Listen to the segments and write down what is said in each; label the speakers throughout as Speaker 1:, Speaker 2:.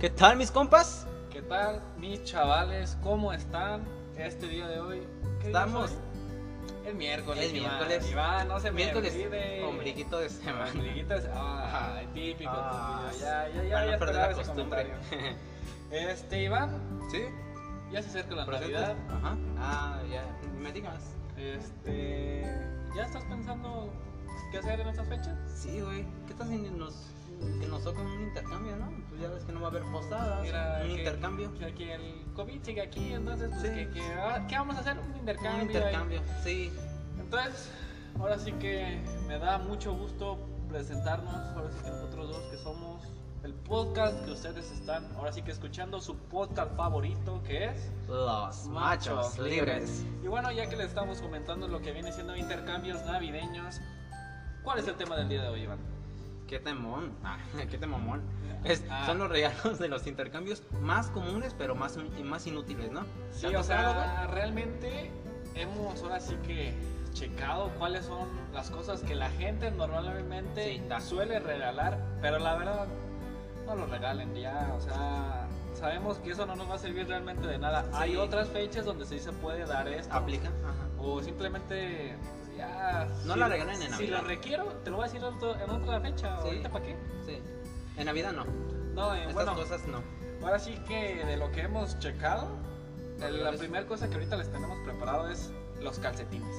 Speaker 1: ¿Qué tal mis compas?
Speaker 2: ¿Qué tal, mis chavales? ¿Cómo están este día de hoy? ¿Qué día
Speaker 1: Estamos-
Speaker 2: es hoy? El miércoles.
Speaker 1: El
Speaker 2: Iván.
Speaker 1: miércoles.
Speaker 2: Iván, no se me
Speaker 1: Miércoles,
Speaker 2: olvide.
Speaker 1: ombliguito de semana.
Speaker 2: Ombliguito de semana. Ay, típico.
Speaker 1: Ah,
Speaker 2: típico. Ya, ya, ya,
Speaker 1: para
Speaker 2: ya
Speaker 1: no perder
Speaker 2: esperaba
Speaker 1: la
Speaker 2: ese
Speaker 1: costumbre.
Speaker 2: comentario. Este, Iván,
Speaker 1: ¿Sí?
Speaker 2: ya se acerca la
Speaker 1: ¿Presentas?
Speaker 2: Navidad.
Speaker 1: Ajá. Ah, ya. Me digas.
Speaker 2: Este, ¿ya estás pensando qué hacer en estas fechas?
Speaker 1: Sí, güey. ¿Qué tal si nos, que nos toca un intercambio, no? Pues ya ves que no va a haber posadas. Ah, un
Speaker 2: que-
Speaker 1: intercambio.
Speaker 2: Que, que el COVID sigue aquí, entonces, pues,
Speaker 1: Sí.
Speaker 2: que, que- ah, ¿qué vamos a hacer? Un intercambio.
Speaker 1: Un
Speaker 2: ahí.
Speaker 1: intercambio, sí.
Speaker 2: Entonces, ahora sí que me da mucho gusto presentarnos, ahora sí que nosotros dos que somos el podcast que ustedes están, ahora sí que escuchando su podcast favorito que es.
Speaker 1: Los machos
Speaker 2: Machos
Speaker 1: libres.
Speaker 2: Y bueno, ya que les estamos comentando lo que viene siendo intercambios navideños, ¿cuál es el tema del día de hoy, Iván?
Speaker 1: Qué temón. Ah, qué temomón. Es-
Speaker 2: Ah.
Speaker 1: Son los regalos de los intercambios más comunes, pero más, in- más inútiles, ¿no?
Speaker 2: Sí,
Speaker 1: ¿Te ha
Speaker 2: o
Speaker 1: pasado, güey?
Speaker 2: sea, ah, realmente hemos ahora sí que checado cuáles son las cosas que la gente normalmente
Speaker 1: Sí, da.
Speaker 2: suele regalar, pero la verdad no lo regalen ya, o sea, sabemos que eso no nos va a servir realmente de nada. Hay
Speaker 1: Sí.
Speaker 2: otras fechas donde sí se puede dar esto
Speaker 1: Aplica. Ajá.
Speaker 2: o simplemente pues, ya
Speaker 1: No la regalen en
Speaker 2: Si
Speaker 1: Navidad.
Speaker 2: la requiero, te lo voy a decir en otro- en otra fecha,
Speaker 1: Sí.
Speaker 2: ahorita para qué?
Speaker 1: Sí. En Navidad no.
Speaker 2: No, eh,
Speaker 1: Estas
Speaker 2: bueno,
Speaker 1: cosas no.
Speaker 2: Ahora sí que de lo que hemos checado, el- la
Speaker 1: Colores.
Speaker 2: primera cosa que ahorita les tenemos preparado es los calcetines.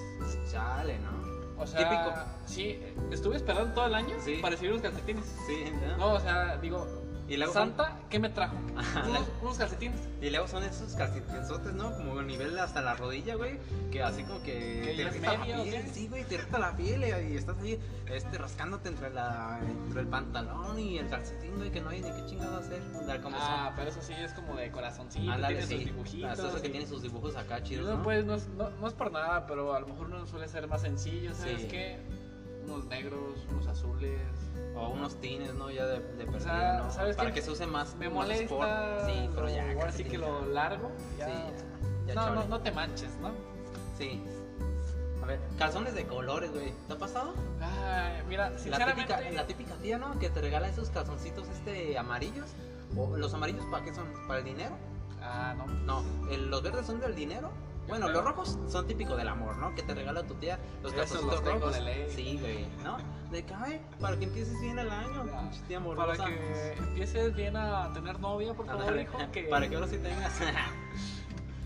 Speaker 1: Chale, ¿no?
Speaker 2: O sea,
Speaker 1: Típico.
Speaker 2: sí, estuve esperando todo el año
Speaker 1: Sí.
Speaker 2: para recibir unos calcetines.
Speaker 1: Sí, ¿no?
Speaker 2: No, o sea, digo,
Speaker 1: Y luego son-
Speaker 2: Santa, ¿qué me trajo?
Speaker 1: Ajá.
Speaker 2: unos, unos calcetines.
Speaker 1: Y luego son esos calcetinzotes, ¿no? Como a nivel hasta la rodilla, güey. Que así como que,
Speaker 2: Que
Speaker 1: te
Speaker 2: ya es
Speaker 1: reta la
Speaker 2: medio, ¿o
Speaker 1: piel.
Speaker 2: qué?
Speaker 1: Sí, güey, te reta la piel eh, y, y estás ahí este, rascándote entre, la, entre el pantalón y el calcetín, güey, que no hay ni qué chingado hacer. Andar como
Speaker 2: Ah, pero eso sí es como de
Speaker 1: son.
Speaker 2: corazoncito,
Speaker 1: Ándale,
Speaker 2: tiene sus
Speaker 1: sí.
Speaker 2: dibujitos.
Speaker 1: Las esas que
Speaker 2: y-
Speaker 1: tienen sus dibujos acá chidos,
Speaker 2: No,
Speaker 1: ¿no?
Speaker 2: pues no es, no- no es por nada, pero a lo mejor uno suele ser más sencillo, ¿sabes
Speaker 1: Sí.
Speaker 2: qué? Unos negros, unos azules.
Speaker 1: O unos tines, ¿no? Ya de, de perdido,
Speaker 2: sea,
Speaker 1: ¿no?
Speaker 2: ¿sabes
Speaker 1: Para
Speaker 2: qué?
Speaker 1: que se use más.
Speaker 2: Me
Speaker 1: más
Speaker 2: molesta.
Speaker 1: sport. Sí, pero ya.
Speaker 2: Ahora sí
Speaker 1: calcetín ya.
Speaker 2: que lo largo. ya.
Speaker 1: Sí, ya. ya
Speaker 2: no, no,
Speaker 1: chole.
Speaker 2: no te manches, ¿no?
Speaker 1: Sí. A ver, calzones de colores, güey. ¿Te ha pasado?
Speaker 2: Ay, mira,
Speaker 1: La típica,
Speaker 2: sinceramente,
Speaker 1: la típica tía, ¿no? Que te regala esos calzoncitos este amarillos. O, ¿Los amarillos para qué son? ¿Para el dinero?
Speaker 2: ah, no.
Speaker 1: No, el- los verdes son del dinero. Bueno, los rojos son típicos del amor, ¿no? Que te regala tu tía los
Speaker 2: Esos
Speaker 1: calzoncitos
Speaker 2: los tengo
Speaker 1: rojos.
Speaker 2: de ley.
Speaker 1: Sí, güey, ¿no? De que, ay, para que empieces bien el año,
Speaker 2: Ah,
Speaker 1: pinche tía
Speaker 2: Para
Speaker 1: amorosa.
Speaker 2: que empieces bien a tener novia, por favor,
Speaker 1: Ándale,
Speaker 2: hijo, que,
Speaker 1: Para que ahora sí tengas.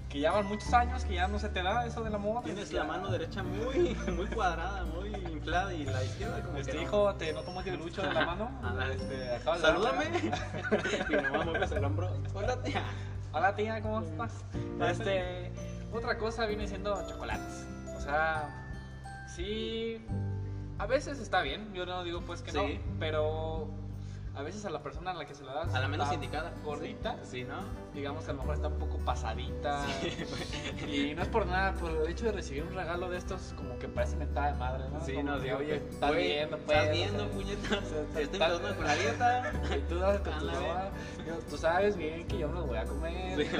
Speaker 2: que ya van muchos años, que ya no se te da eso del amor.
Speaker 1: Tienes
Speaker 2: Ya.
Speaker 1: la mano derecha muy, muy cuadrada, muy inflada y la izquierda como
Speaker 2: Este
Speaker 1: que no.
Speaker 2: hijo, te no tomas el lucho de la mano.
Speaker 1: Ándale.
Speaker 2: este, acabas de
Speaker 1: Salúdame.
Speaker 2: dar-
Speaker 1: y mamá mueves el hombro. Hola, tía.
Speaker 2: Hola tía, ¿cómo estás? Este, otra cosa viene siendo chocolates. O sea, sí, a veces está bien, yo no digo pues que
Speaker 1: Sí.
Speaker 2: no, pero a veces a la persona a la que se la das
Speaker 1: A la menos
Speaker 2: está
Speaker 1: indicada.
Speaker 2: gordita, Ah,
Speaker 1: Sí, ¿no?
Speaker 2: digamos que a lo mejor está un poco pasadita. Y no es por nada, por el hecho de recibir un regalo de estos como que parece mentada de madre, ¿no?
Speaker 1: Sí,
Speaker 2: Como
Speaker 1: no,
Speaker 2: que,
Speaker 1: sí,
Speaker 2: oye,
Speaker 1: güey.
Speaker 2: estás
Speaker 1: Güey,
Speaker 2: viendo, pues.
Speaker 1: Estás
Speaker 2: o
Speaker 1: viendo,
Speaker 2: sea,
Speaker 1: puñetas.
Speaker 2: está-
Speaker 1: Te estoy empezando con la dieta.
Speaker 2: y tú das con
Speaker 1: A
Speaker 2: tu
Speaker 1: la
Speaker 2: mamá, yo, Tú sabes bien que yo me lo voy a comer.
Speaker 1: Sí,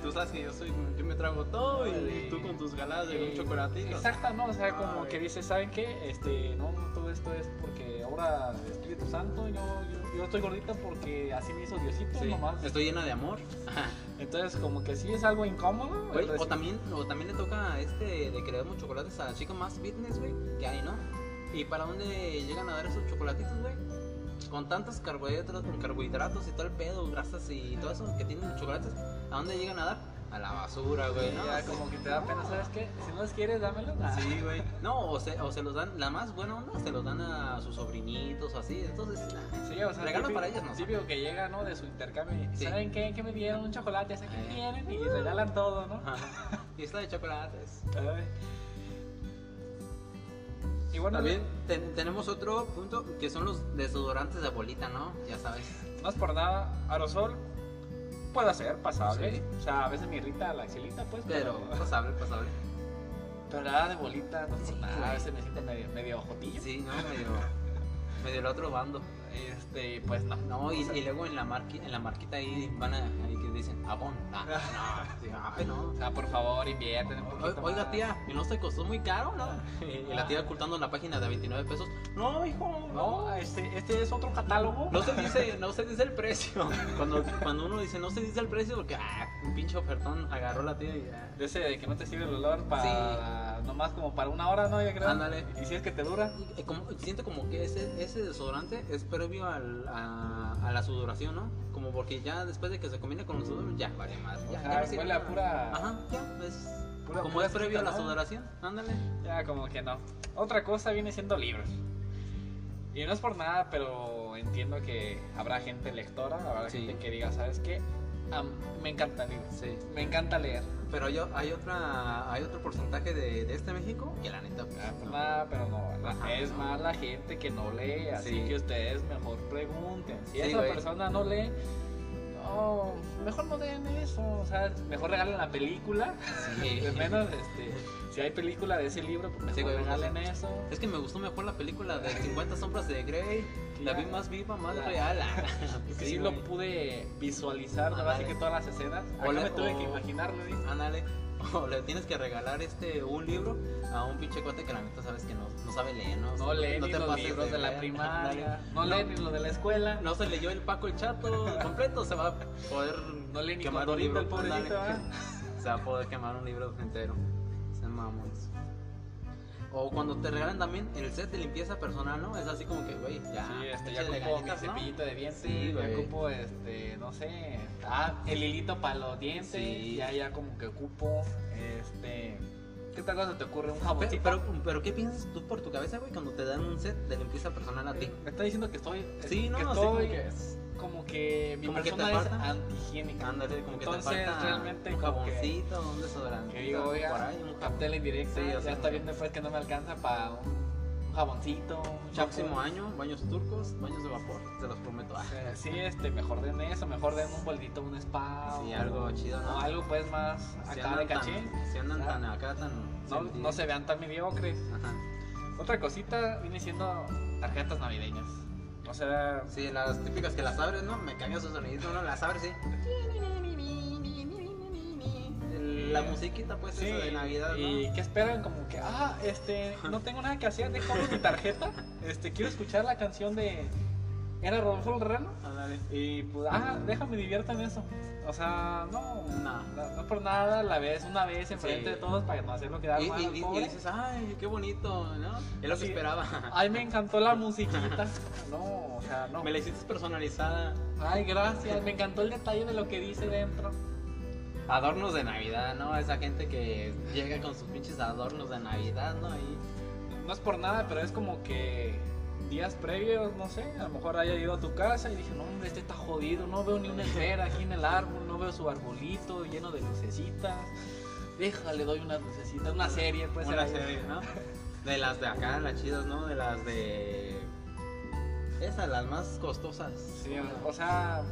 Speaker 1: Tú sabes que yo soy, yo me trago todo y
Speaker 2: Ay.
Speaker 1: tú con tus galadas de
Speaker 2: Eh,
Speaker 1: un chocolatito.
Speaker 2: Exacto, ¿no? O sea, como
Speaker 1: Ay.
Speaker 2: que dice, ¿saben qué? Este, no, todo esto es porque obra del Espíritu Santo, yo, yo, yo estoy gordita porque así me hizo Diosito
Speaker 1: Sí,
Speaker 2: nomás.
Speaker 1: Estoy llena de amor.
Speaker 2: Entonces, como que sí es algo incómodo.
Speaker 1: Güey,
Speaker 2: el
Speaker 1: o
Speaker 2: recibir-
Speaker 1: también, o también le toca a este de que le damos chocolates a la chica más fitness, güey, que hay, ¿no? ¿Y para dónde llegan a dar esos chocolatitos, güey? Con tantos carbohidratos, carbohidratos y todo el pedo, grasas y todo eso que tienen los chocolates, ¿a dónde llegan a dar? A la basura, güey, ¿no?
Speaker 2: Ya, como que te da pena, ¿sabes qué? Si no los quieres, dámelo.
Speaker 1: Sí, güey. No, o se, o se los dan, la más buena onda, se los dan a sus sobrinitos o así, entonces, nah.
Speaker 2: Sí, o sea,
Speaker 1: Regalo
Speaker 2: típico-
Speaker 1: para ellos, ¿no?
Speaker 2: Típico que llega, ¿no? De su intercambio. y,
Speaker 1: Sí.
Speaker 2: ¿Saben qué? Que me dieron un chocolate, ¿saben qué
Speaker 1: Eh.
Speaker 2: quieren? Y regalan todo, ¿no?
Speaker 1: Ajá. Y está de chocolates.
Speaker 2: Ay. Y bueno,
Speaker 1: También ten- tenemos otro punto que son los desodorantes de bolita, ¿no? Ya sabes.
Speaker 2: No es por nada, aerosol puede ser pasable.
Speaker 1: Sí.
Speaker 2: O sea, a veces me irrita la axilita, pues,
Speaker 1: Pero
Speaker 2: pero.
Speaker 1: pasable, pasable.
Speaker 2: Pero nada de bolita, no es por
Speaker 1: Sí,
Speaker 2: nada.
Speaker 1: güey.
Speaker 2: A veces me siento medio, medio ojotillo.
Speaker 1: Sí, no, medio. medio el otro bando.
Speaker 2: Este, pues no.
Speaker 1: No, y,
Speaker 2: O sea,
Speaker 1: y luego en la, marqui- en la marquita ahí van a, ahí que dicen abón. Ah, no, sí, ah, ay, no.
Speaker 2: o sea, por favor, invierten un poquito
Speaker 1: O- Oiga,
Speaker 2: más.
Speaker 1: tía, ¿y no se costó muy caro, no? Y la tía ocultando la página de 29 pesos. No, hijo,
Speaker 2: No, este, este es otro catálogo.
Speaker 1: No se dice, no se dice el precio. Cuando, cuando uno dice no se dice el precio, porque ah, un pinche ofertón agarró la tía y ya.
Speaker 2: De ese de que no te sirve el olor para. Nomás como para una hora, ¿no? Yo creo.
Speaker 1: Ándale.
Speaker 2: Y si es que te dura.
Speaker 1: Eh, como- siento como que ese, ese desodorante es previo al- a, a la sudoración, ¿no? Como porque ya después de que se combina con el sudor, ya vale más.
Speaker 2: O
Speaker 1: Ya,
Speaker 2: sea,
Speaker 1: ya no sirve
Speaker 2: huele a
Speaker 1: nada.
Speaker 2: pura-
Speaker 1: Ajá, ya, pues.
Speaker 2: Pura-
Speaker 1: como
Speaker 2: pura
Speaker 1: es previo a la
Speaker 2: cita, ¿no?
Speaker 1: sudoración, ándale.
Speaker 2: Ya, como que no. Otra cosa viene siendo libros. Y no es por nada, pero entiendo que habrá gente lectora, habrá
Speaker 1: Sí.
Speaker 2: gente que diga, ¿sabes qué? Am- me encanta leer.
Speaker 1: Sí.
Speaker 2: Me encanta leer.
Speaker 1: Pero hay, o- hay otra, hay otro porcentaje de, de este México que la neta. pues,
Speaker 2: Ah, pues
Speaker 1: no.
Speaker 2: nada, pero no. ¿verdad?
Speaker 1: Ajá.
Speaker 2: es más la gente que no lee, así
Speaker 1: Sí.
Speaker 2: que ustedes mejor pregunten. Si
Speaker 1: Sí,
Speaker 2: esa
Speaker 1: güey.
Speaker 2: persona no lee, no, mejor no den eso. O sea, mejor regalen la película.
Speaker 1: Sí.
Speaker 2: Al menos, este, si hay película de ese libro, pues mejor
Speaker 1: Sí, güey,
Speaker 2: regalen eso.
Speaker 1: Es que me gustó mejor la película de 50 sombras de Grey. La vi más viva, más
Speaker 2: Ya.
Speaker 1: real.
Speaker 2: que sí, lo
Speaker 1: güey.
Speaker 2: pude visualizar, ¿no?
Speaker 1: Ándale.
Speaker 2: así que todas las escenas.
Speaker 1: O
Speaker 2: Acá
Speaker 1: le-
Speaker 2: me tuve
Speaker 1: o-
Speaker 2: que imaginarlo, ¿sí?
Speaker 1: Ándale. O le tienes que regalar este un libro a un pinche cuate que la neta sabes que no, no sabe leer, ¿no?
Speaker 2: No leen ni los
Speaker 1: pases
Speaker 2: libros de, la
Speaker 1: verga.
Speaker 2: primaria,
Speaker 1: Ándale.
Speaker 2: no leen ni los de la escuela, no,
Speaker 1: No se leyó el Paco el Chato completo, se va a poder
Speaker 2: leen ni
Speaker 1: quemar un libro.
Speaker 2: Condorito el pobrecito,
Speaker 1: ándale.
Speaker 2: ¿ah?
Speaker 1: Se va a poder quemar un libro entero. Se mamones. O cuando te regalan también el set de limpieza personal, ¿no? Es así como que, güey, ya.
Speaker 2: Sí, este, ya
Speaker 1: échale
Speaker 2: ocupo mi
Speaker 1: ganitas, ¿no?
Speaker 2: cepillito de dientes,
Speaker 1: Sí,
Speaker 2: ya
Speaker 1: güey.
Speaker 2: ocupo, este, no sé, ah, el hilito para los dientes,
Speaker 1: Sí.
Speaker 2: ya, ya como que ocupo, este, ¿qué otra cosa te ocurre? Un
Speaker 1: Pe-
Speaker 2: jaboncito.
Speaker 1: Pero, pero, ¿qué piensas tú por tu cabeza, güey, cuando te dan un set de limpieza personal a ti?
Speaker 2: me está diciendo que estoy,
Speaker 1: Sí, no,
Speaker 2: Eh, que
Speaker 1: así
Speaker 2: estoy,
Speaker 1: como que-
Speaker 2: como que mi
Speaker 1: Como que te Ah,
Speaker 2: persona es
Speaker 1: aparta.
Speaker 2: antihigiénica.
Speaker 1: Ándale, como que
Speaker 2: Entonces,
Speaker 1: te falta
Speaker 2: realmente,
Speaker 1: un
Speaker 2: como
Speaker 1: jaboncito, un desodorante.
Speaker 2: Que digo, oiga,
Speaker 1: por ahí, un jabón.
Speaker 2: Capté la indirecta,
Speaker 1: Sí, o
Speaker 2: ya
Speaker 1: sea,
Speaker 2: está viendo pues que no me alcanza para un jaboncito, un champú.
Speaker 1: Próximo año, baños turcos, baños de vapor, se los prometo. Ah,
Speaker 2: Eh, Sí, este, mejor den eso, mejor den un boldito, un spa.
Speaker 1: Sí,
Speaker 2: o-
Speaker 1: algo chido, ¿no?
Speaker 2: o algo pues más
Speaker 1: Si
Speaker 2: acá de
Speaker 1: andan,
Speaker 2: caché.
Speaker 1: tan, si andan
Speaker 2: Ah.
Speaker 1: tan acá, tan.
Speaker 2: No,
Speaker 1: sentidos.
Speaker 2: no se vean tan mediocres.
Speaker 1: Ajá.
Speaker 2: Otra cosita viene siendo tarjetas navideñas. O sea,
Speaker 1: Sí, las típicas que las abres, ¿no? Me caga su sonidito, ¿no? Las abres, sí. El- La musiquita, pues,
Speaker 2: sí,
Speaker 1: eso de Navidad, ¿no?
Speaker 2: y que esperan como que, ah, este, no tengo nada que hacer, déjame mi tarjeta, este, quiero escuchar la canción de... ¿Era Rodolfo el Reno?
Speaker 1: Ándale.
Speaker 2: Y pues, ah, déjame diviertan eso. O sea, no,
Speaker 1: No.
Speaker 2: no, no por nada la ves una vez enfrente
Speaker 1: Sí.
Speaker 2: de todos para no hacerlo quedar
Speaker 1: Y,
Speaker 2: mal. al
Speaker 1: y- y- y
Speaker 2: pobre.
Speaker 1: dices, ay, qué bonito, ¿no? Es lo que
Speaker 2: Sí.
Speaker 1: esperaba.
Speaker 2: Ay, me encantó la musiquita. No, o sea, no.
Speaker 1: Me la hiciste personalizada.
Speaker 2: Ay, gracias, me encantó el detalle de lo que dice dentro.
Speaker 1: Adornos de Navidad, ¿no? Esa gente que llega con sus pinches adornos de Navidad, ¿no? Ahí.
Speaker 2: No es por nada, pero es como que días previos, no sé, a lo mejor haya ido a tu casa y dije, no, hombre, este está jodido, no veo ni una esfera aquí en el árbol, no veo su arbolito lleno de lucecitas. Déjale, doy unas lucecitas, una serie, pues.
Speaker 1: Una
Speaker 2: era-
Speaker 1: serie, ¿no? De las de acá, las chidas, ¿no? De las de. Esas, las más costosas.
Speaker 2: Sí, o- o sea,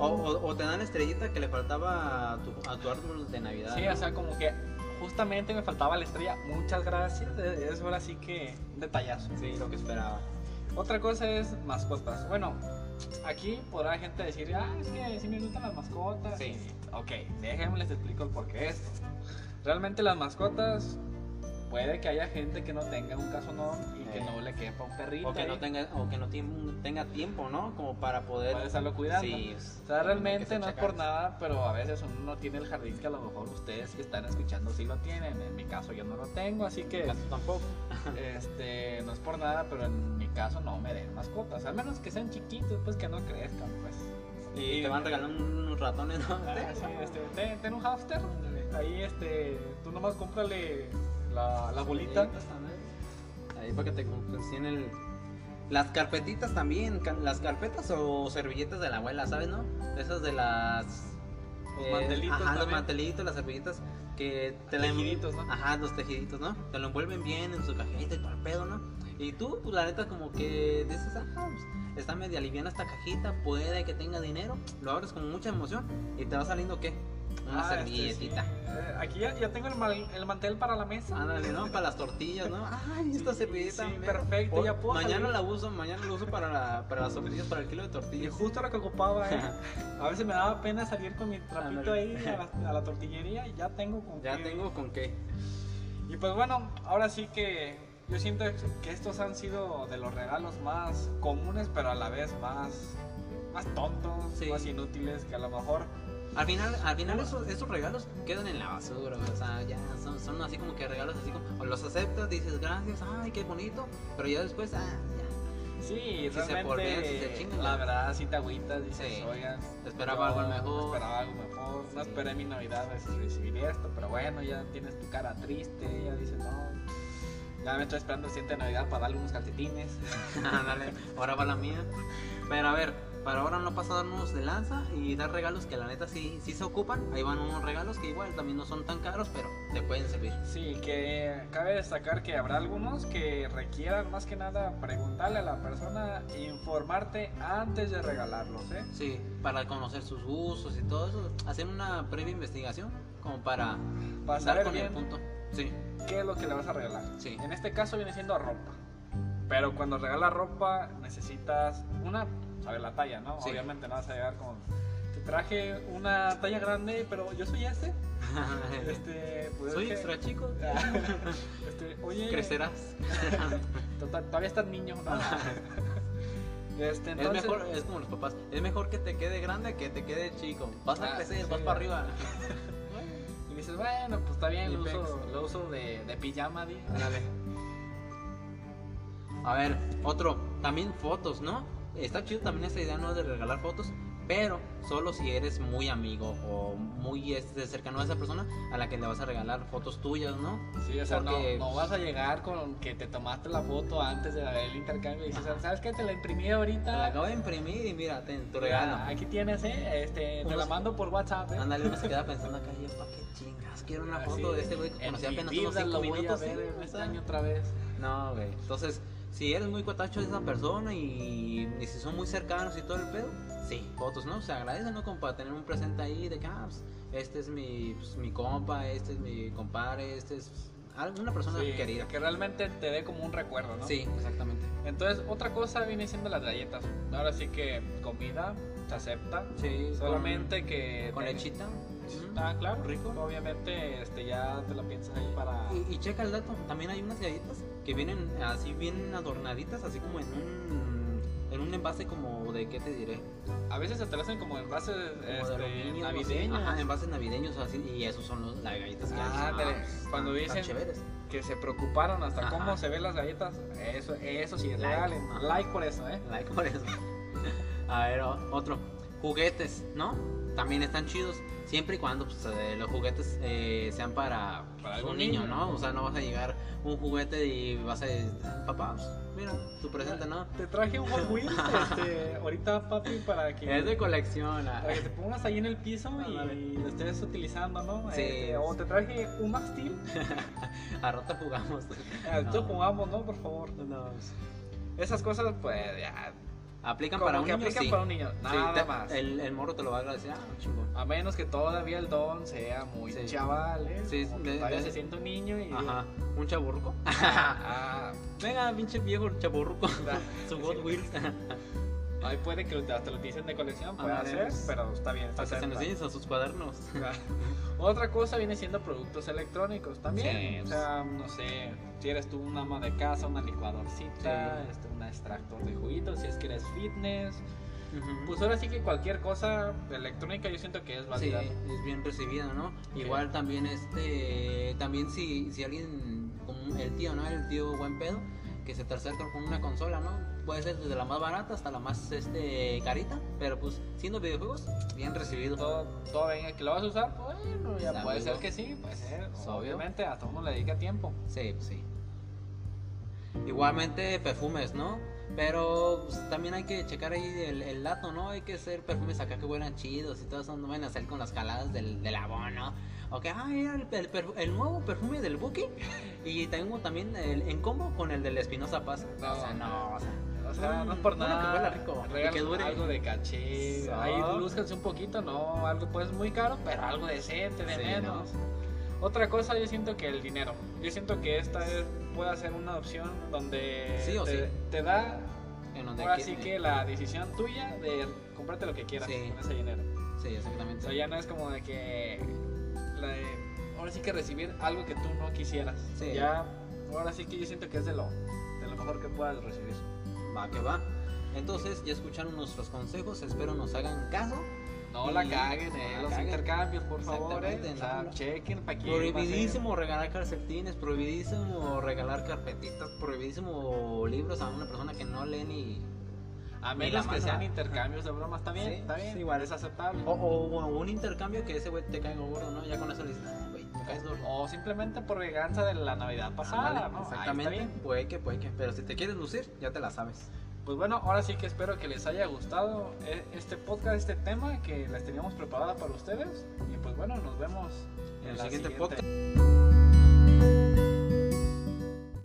Speaker 1: O, o- o te dan la estrellita que le faltaba a tu, a tu árbol de Navidad.
Speaker 2: sí,
Speaker 1: ¿no?
Speaker 2: o sea, como que justamente me faltaba la estrella. Muchas gracias, e- es ahora sí que un detallazo.
Speaker 1: Sí, lo que esperaba.
Speaker 2: Otra cosa es mascotas. Bueno, aquí podrá gente decir, ah, es que sí me gustan las mascotas.
Speaker 1: Sí.
Speaker 2: Ok, déjenme les explico el porqué de esto. Realmente las mascotas, puede que haya gente que no tenga un casonón y que
Speaker 1: Eh.
Speaker 2: no le quepa un perrito.
Speaker 1: O que
Speaker 2: ahí,
Speaker 1: no tenga, o que no tiem- tenga tiempo, ¿no? Como para poder.
Speaker 2: para estarlo cuidando.
Speaker 1: Sí,
Speaker 2: O sea,
Speaker 1: que se
Speaker 2: realmente no es
Speaker 1: checaron.
Speaker 2: por nada, pero a veces uno no tiene el jardín que a lo mejor ustedes que están escuchando sí lo tienen. En mi caso yo no lo tengo, así que
Speaker 1: Caso tampoco.
Speaker 2: este, no es por nada, pero en mi caso no me den mascotas. Al menos que sean chiquitos, pues que no crezcan, pues.
Speaker 1: Y te van regalando unos ratones, ¿no?
Speaker 2: Ah, sí, este, ten, ten un hamster. Ahí, este, tú nomás cómprale la, la bolita.
Speaker 1: Ahí para que te compensien el. Las carpetitas también, ca- las carpetas o servilletas de la abuela, ¿sabes, no? Esas de las. eh,
Speaker 2: Los mantelitos
Speaker 1: Ajá, los
Speaker 2: también.
Speaker 1: mantelitos, las servilletas que te
Speaker 2: Tejiditos,
Speaker 1: la
Speaker 2: ¿no?
Speaker 1: Ajá, los tejiditos, ¿no? Te lo envuelven bien en su cajita y todo el pedo, ¿no? Y tú, pues la neta, como que dices, ajá, pues, está media liviana esta cajita, puede que tenga dinero, lo abres con mucha emoción y te va saliendo, ¿qué? Una
Speaker 2: Ah, este,
Speaker 1: servilletita.
Speaker 2: sí. Eh, aquí ya, ya tengo el, mal- el mantel para la mesa.
Speaker 1: Ándale, ¿no? Para las tortillas, ¿no? Ay, esta
Speaker 2: Sí,
Speaker 1: servilleta.
Speaker 2: sí,
Speaker 1: mira.
Speaker 2: perfecto,
Speaker 1: Hoy-
Speaker 2: ya puedo
Speaker 1: Mañana
Speaker 2: salir.
Speaker 1: la uso, mañana la uso para, la- para las tortillas, para el kilo de
Speaker 2: Y
Speaker 1: tortillas.
Speaker 2: justo lo que ocupaba, eh. A veces me daba pena salir con mi trapito ahí
Speaker 1: Ándale.
Speaker 2: a la, a la tortillería y ya tengo con
Speaker 1: ya
Speaker 2: qué.
Speaker 1: tengo con qué.
Speaker 2: Y pues bueno, ahora sí que yo siento que estos han sido de los regalos más comunes, pero a la vez más, más tontos,
Speaker 1: Sí.
Speaker 2: más inútiles, que a lo mejor
Speaker 1: Al final, al final esos, esos regalos quedan en la basura, güey, o sea, ya son, son así como que regalos así como, o los aceptas, dices gracias, ay, qué bonito, pero ya después, ah, ya,
Speaker 2: Sí,
Speaker 1: Si se polvean, si se
Speaker 2: realmente,
Speaker 1: chingan,
Speaker 2: la
Speaker 1: ya.
Speaker 2: verdad, si te agüitas, dices,
Speaker 1: Sí.
Speaker 2: oigan,
Speaker 1: esperaba
Speaker 2: yo
Speaker 1: algo mejor.
Speaker 2: Esperaba algo mejor, no
Speaker 1: Sí.
Speaker 2: esperé mi Navidad a recibir esto, pero bueno, ya tienes tu cara triste, ya dices, no, ya me estoy esperando el siguiente Navidad para darle unos calcetines.
Speaker 1: Ándale, ahora va la mía. Pero a ver, para ahora no pasa darnos de lanza y dar regalos que la neta sí, sí se ocupan. Ahí van unos regalos que igual también no son tan caros, pero te pueden servir.
Speaker 2: Sí, que cabe destacar que habrá algunos que requieran más que nada preguntarle a la persona, informarte antes de regalarlos, ¿eh?
Speaker 1: Sí, para conocer sus gustos y todo eso, hacer una previa investigación como para
Speaker 2: Para
Speaker 1: dar
Speaker 2: saber
Speaker 1: con el
Speaker 2: bien
Speaker 1: punto. Sí,
Speaker 2: qué es lo que le vas a regalar.
Speaker 1: sí.
Speaker 2: En este caso viene siendo ropa. Pero cuando regalas ropa necesitas una, saber la talla, ¿no?
Speaker 1: Sí.
Speaker 2: Obviamente no vas a llegar con... Te traje una talla grande, pero yo soy este. Este, pues, Ah,
Speaker 1: Soy
Speaker 2: es que-
Speaker 1: extra chico.
Speaker 2: Este, oye,
Speaker 1: Crecerás.
Speaker 2: total, todavía estás niño, ¿no? este,
Speaker 1: Es
Speaker 2: entonces,
Speaker 1: mejor, es como los papás. Es mejor que te quede grande que te quede chico. Vas a
Speaker 2: Ah,
Speaker 1: crecer,
Speaker 2: sí.
Speaker 1: vas para arriba.
Speaker 2: Y dices, bueno, pues está bien,
Speaker 1: Ni
Speaker 2: lo uso,
Speaker 1: pex.
Speaker 2: lo uso de, de pijama, di.
Speaker 1: Ándale. A ver, otro, también fotos, ¿no? Está chido también esa idea, ¿no? De regalar fotos, pero solo si eres muy amigo o muy este, cercano a esa persona a la que le vas a regalar fotos tuyas, ¿no?
Speaker 2: Sí, o sea, no,
Speaker 1: Porque-
Speaker 2: no vas a llegar con que te tomaste la foto antes de haber el intercambio y dices,
Speaker 1: Ajá.
Speaker 2: ¿sabes qué? Te la imprimí
Speaker 1: Te la
Speaker 2: ahorita.
Speaker 1: acabo de imprimir y mira, ten tu
Speaker 2: Mira,
Speaker 1: regalo.
Speaker 2: Aquí tienes, ¿eh? Este, te
Speaker 1: Unos-
Speaker 2: la mando por WhatsApp, ¿eh?
Speaker 1: Ándale, uno se queda pensando acá, yo, ¿pa' qué chingas? Quiero una
Speaker 2: Así
Speaker 1: foto de este güey que
Speaker 2: en
Speaker 1: conocí
Speaker 2: mi
Speaker 1: apenas
Speaker 2: vida
Speaker 1: unos 5
Speaker 2: lo voy a
Speaker 1: minutos.
Speaker 2: ver
Speaker 1: ¿sí?
Speaker 2: en
Speaker 1: O
Speaker 2: este
Speaker 1: sea,
Speaker 2: año otra vez.
Speaker 1: No, güey. Entonces, si eres muy cuatacho de esa persona y, y si son muy cercanos y todo el pedo, sí, fotos, ¿no? Se agradece, ¿no? Como para tener un presente ahí de que, ah, pues, este es mi, pues, mi compa, este es mi compadre, este es alguna persona
Speaker 2: Sí,
Speaker 1: querida.
Speaker 2: Que realmente te dé como un recuerdo, ¿no?
Speaker 1: Sí, exactamente.
Speaker 2: Entonces, otra cosa viene siendo las galletas. Ahora sí que comida se acepta.
Speaker 1: Sí,
Speaker 2: Solamente que.
Speaker 1: con, con
Speaker 2: te-
Speaker 1: lechita. Mm.
Speaker 2: Ah, claro, rico. Obviamente, este, ya te la piensas ahí para.
Speaker 1: Y, y checa el dato, también hay unas galletas que vienen así bien adornaditas, así como en un, en un envase como de, ¿qué te diré?
Speaker 2: A veces se te lo hacen como en bases este,
Speaker 1: Como de aluminio, algo así.
Speaker 2: navideños.
Speaker 1: Ajá, envases navideños así, y esos son los, las galletas que pues,
Speaker 2: Ah, ándale, cuando
Speaker 1: están- están
Speaker 2: dicen-
Speaker 1: chéveres.
Speaker 2: Que se preocuparon hasta
Speaker 1: Ajá.
Speaker 2: cómo se ven las galletas. Eso, eso sí es
Speaker 1: Like,
Speaker 2: real.
Speaker 1: ajá.
Speaker 2: Like por eso, ¿eh?
Speaker 1: Like por eso. A ver, o- otro. Juguetes, ¿no? También están chidos. Siempre y cuando pues, eh, los juguetes eh, sean para,
Speaker 2: Para
Speaker 1: pues,
Speaker 2: algún
Speaker 1: un niño,
Speaker 2: niño.
Speaker 1: ¿no? O sea, no vas a llegar un juguete y vas a decir, papá, pues, mira, tu presente, ¿no?
Speaker 2: Te traje un Hot Wheels, este, ahorita, papi, para que.
Speaker 1: Es de colección. ah.
Speaker 2: Para que te pongas ahí en el piso
Speaker 1: Ah, vale.
Speaker 2: y lo estés utilizando, ¿no?
Speaker 1: Sí.
Speaker 2: Este, o te traje un Max Steel.
Speaker 1: A rato jugamos.
Speaker 2: Ah, Esto
Speaker 1: No.
Speaker 2: jugamos, ¿no? Por favor. Esas cosas, pues, ya.
Speaker 1: Aplican
Speaker 2: como
Speaker 1: para un
Speaker 2: que
Speaker 1: niño.
Speaker 2: aplican
Speaker 1: sí.
Speaker 2: para un niño.
Speaker 1: Sí,
Speaker 2: Nada
Speaker 1: te-
Speaker 2: más.
Speaker 1: El, el morro te lo va a agradecer. Ah, chingón.
Speaker 2: A menos que todavía el don sea muy
Speaker 1: Sí.
Speaker 2: chaval, ¿eh?
Speaker 1: Sí,
Speaker 2: Como
Speaker 1: de-
Speaker 2: que todavía
Speaker 1: de-
Speaker 2: se siente un niño y.
Speaker 1: Ajá. Un chaburruco.
Speaker 2: Ah,
Speaker 1: Venga, pinche viejo chaburruco.
Speaker 2: ah,
Speaker 1: Su Hot Wheels.
Speaker 2: Ahí puede que lo- hasta lo dicen de colección, puede
Speaker 1: Ándale,
Speaker 2: ser,
Speaker 1: pues.
Speaker 2: pero está bien. Está
Speaker 1: Para que se
Speaker 2: cerca.
Speaker 1: nos enseñes a sus cuadernos.
Speaker 2: Ah. Otra cosa viene siendo productos electrónicos también.
Speaker 1: Sí.
Speaker 2: O sea, no sé, si eres tú una ama de casa, una licuadorcita,
Speaker 1: Sí.
Speaker 2: este, un extractor de juguitos, si es que eres fitness. Pues ahora sí que cualquier cosa electrónica yo siento que es
Speaker 1: sí,
Speaker 2: válida.
Speaker 1: es bien recibida, ¿no?
Speaker 2: Sí.
Speaker 1: Igual también este, también si, si alguien, como el tío, ¿no? El tío buen pedo, que se te acerca con una consola, ¿no? Puede ser desde la más barata hasta la más este carita, pero pues siendo videojuegos, bien recibido.
Speaker 2: Todo, todo venga, que lo vas a usar, pues, bueno, ya
Speaker 1: Está
Speaker 2: puede
Speaker 1: vivo.
Speaker 2: ser que sí, puede ser.
Speaker 1: Es obvio.
Speaker 2: Obviamente, hasta uno le dedica tiempo.
Speaker 1: Sí, pues, sí. Igualmente perfumes, ¿no? Pero pues, también hay que checar ahí el, el dato, ¿no? Hay que hacer perfumes acá que huelan chidos y todo eso. No van a hacer con las jaladas del, del abono. O que, ah, mira, el, el perfu- el nuevo perfume del Buki. Y tengo también el, en combo con el del Espinosa Paz.
Speaker 2: No.
Speaker 1: o sea, no, o sea.
Speaker 2: O sea, no es por
Speaker 1: Uno que
Speaker 2: nada.
Speaker 1: huela rico y
Speaker 2: Regalan
Speaker 1: que dure.
Speaker 2: Algo de caché.
Speaker 1: Sí.
Speaker 2: Ahí lúzcanse un poquito, no. Algo pues muy caro, pero algo decente, de
Speaker 1: Sí,
Speaker 2: menos. Otra cosa, yo siento que el dinero. Yo siento que esta es- puede ser una opción donde
Speaker 1: Sí o
Speaker 2: te,
Speaker 1: sí.
Speaker 2: te da
Speaker 1: En donde
Speaker 2: ahora
Speaker 1: aquí-
Speaker 2: sí que la decisión tuya de comprarte lo que quieras
Speaker 1: Sí.
Speaker 2: con ese dinero.
Speaker 1: Sí,
Speaker 2: O
Speaker 1: exactamente.
Speaker 2: sea, ya no es como de que. la de- ahora sí que recibir algo que tú no quisieras.
Speaker 1: Sí.
Speaker 2: Ya, ahora sí que yo siento que es de lo, de lo mejor que puedas recibir.
Speaker 1: Va que va. Entonces, ya escucharon nuestros consejos, espero nos hagan caso.
Speaker 2: No
Speaker 1: Y-
Speaker 2: la caguen, eh,
Speaker 1: no la
Speaker 2: los
Speaker 1: caguen.
Speaker 2: intercambios, por favor. eh.
Speaker 1: Exactamente,
Speaker 2: O sea,
Speaker 1: no.
Speaker 2: chequen para que.
Speaker 1: Prohibidísimo regalar calcetines, prohibidísimo regalar carpetitas, prohibidísimo libros a una persona que no lee ni...
Speaker 2: A
Speaker 1: Ni
Speaker 2: menos
Speaker 1: la
Speaker 2: que
Speaker 1: mano.
Speaker 2: sean intercambios de bromas, está bien,
Speaker 1: Sí,
Speaker 2: está bien.
Speaker 1: sí, igual. Oh.
Speaker 2: Es aceptable.
Speaker 1: O,
Speaker 2: O,
Speaker 1: o- o un intercambio que ese güey te caiga gordo, ¿no? Ya con eso le dices, "Ah, güey, me caes duro.
Speaker 2: simplemente por venganza de la Navidad pasada,
Speaker 1: Ándale,
Speaker 2: Ah, ¿no? Ahí está
Speaker 1: Exactamente,
Speaker 2: bien.
Speaker 1: puede que, puede que. Pero si te quieres lucir, ya te la sabes.
Speaker 2: Pues bueno, ahora sí que espero que les haya gustado eh, este podcast, este tema que les teníamos preparada para ustedes. Y pues bueno, nos vemos
Speaker 1: En el siguiente podcast.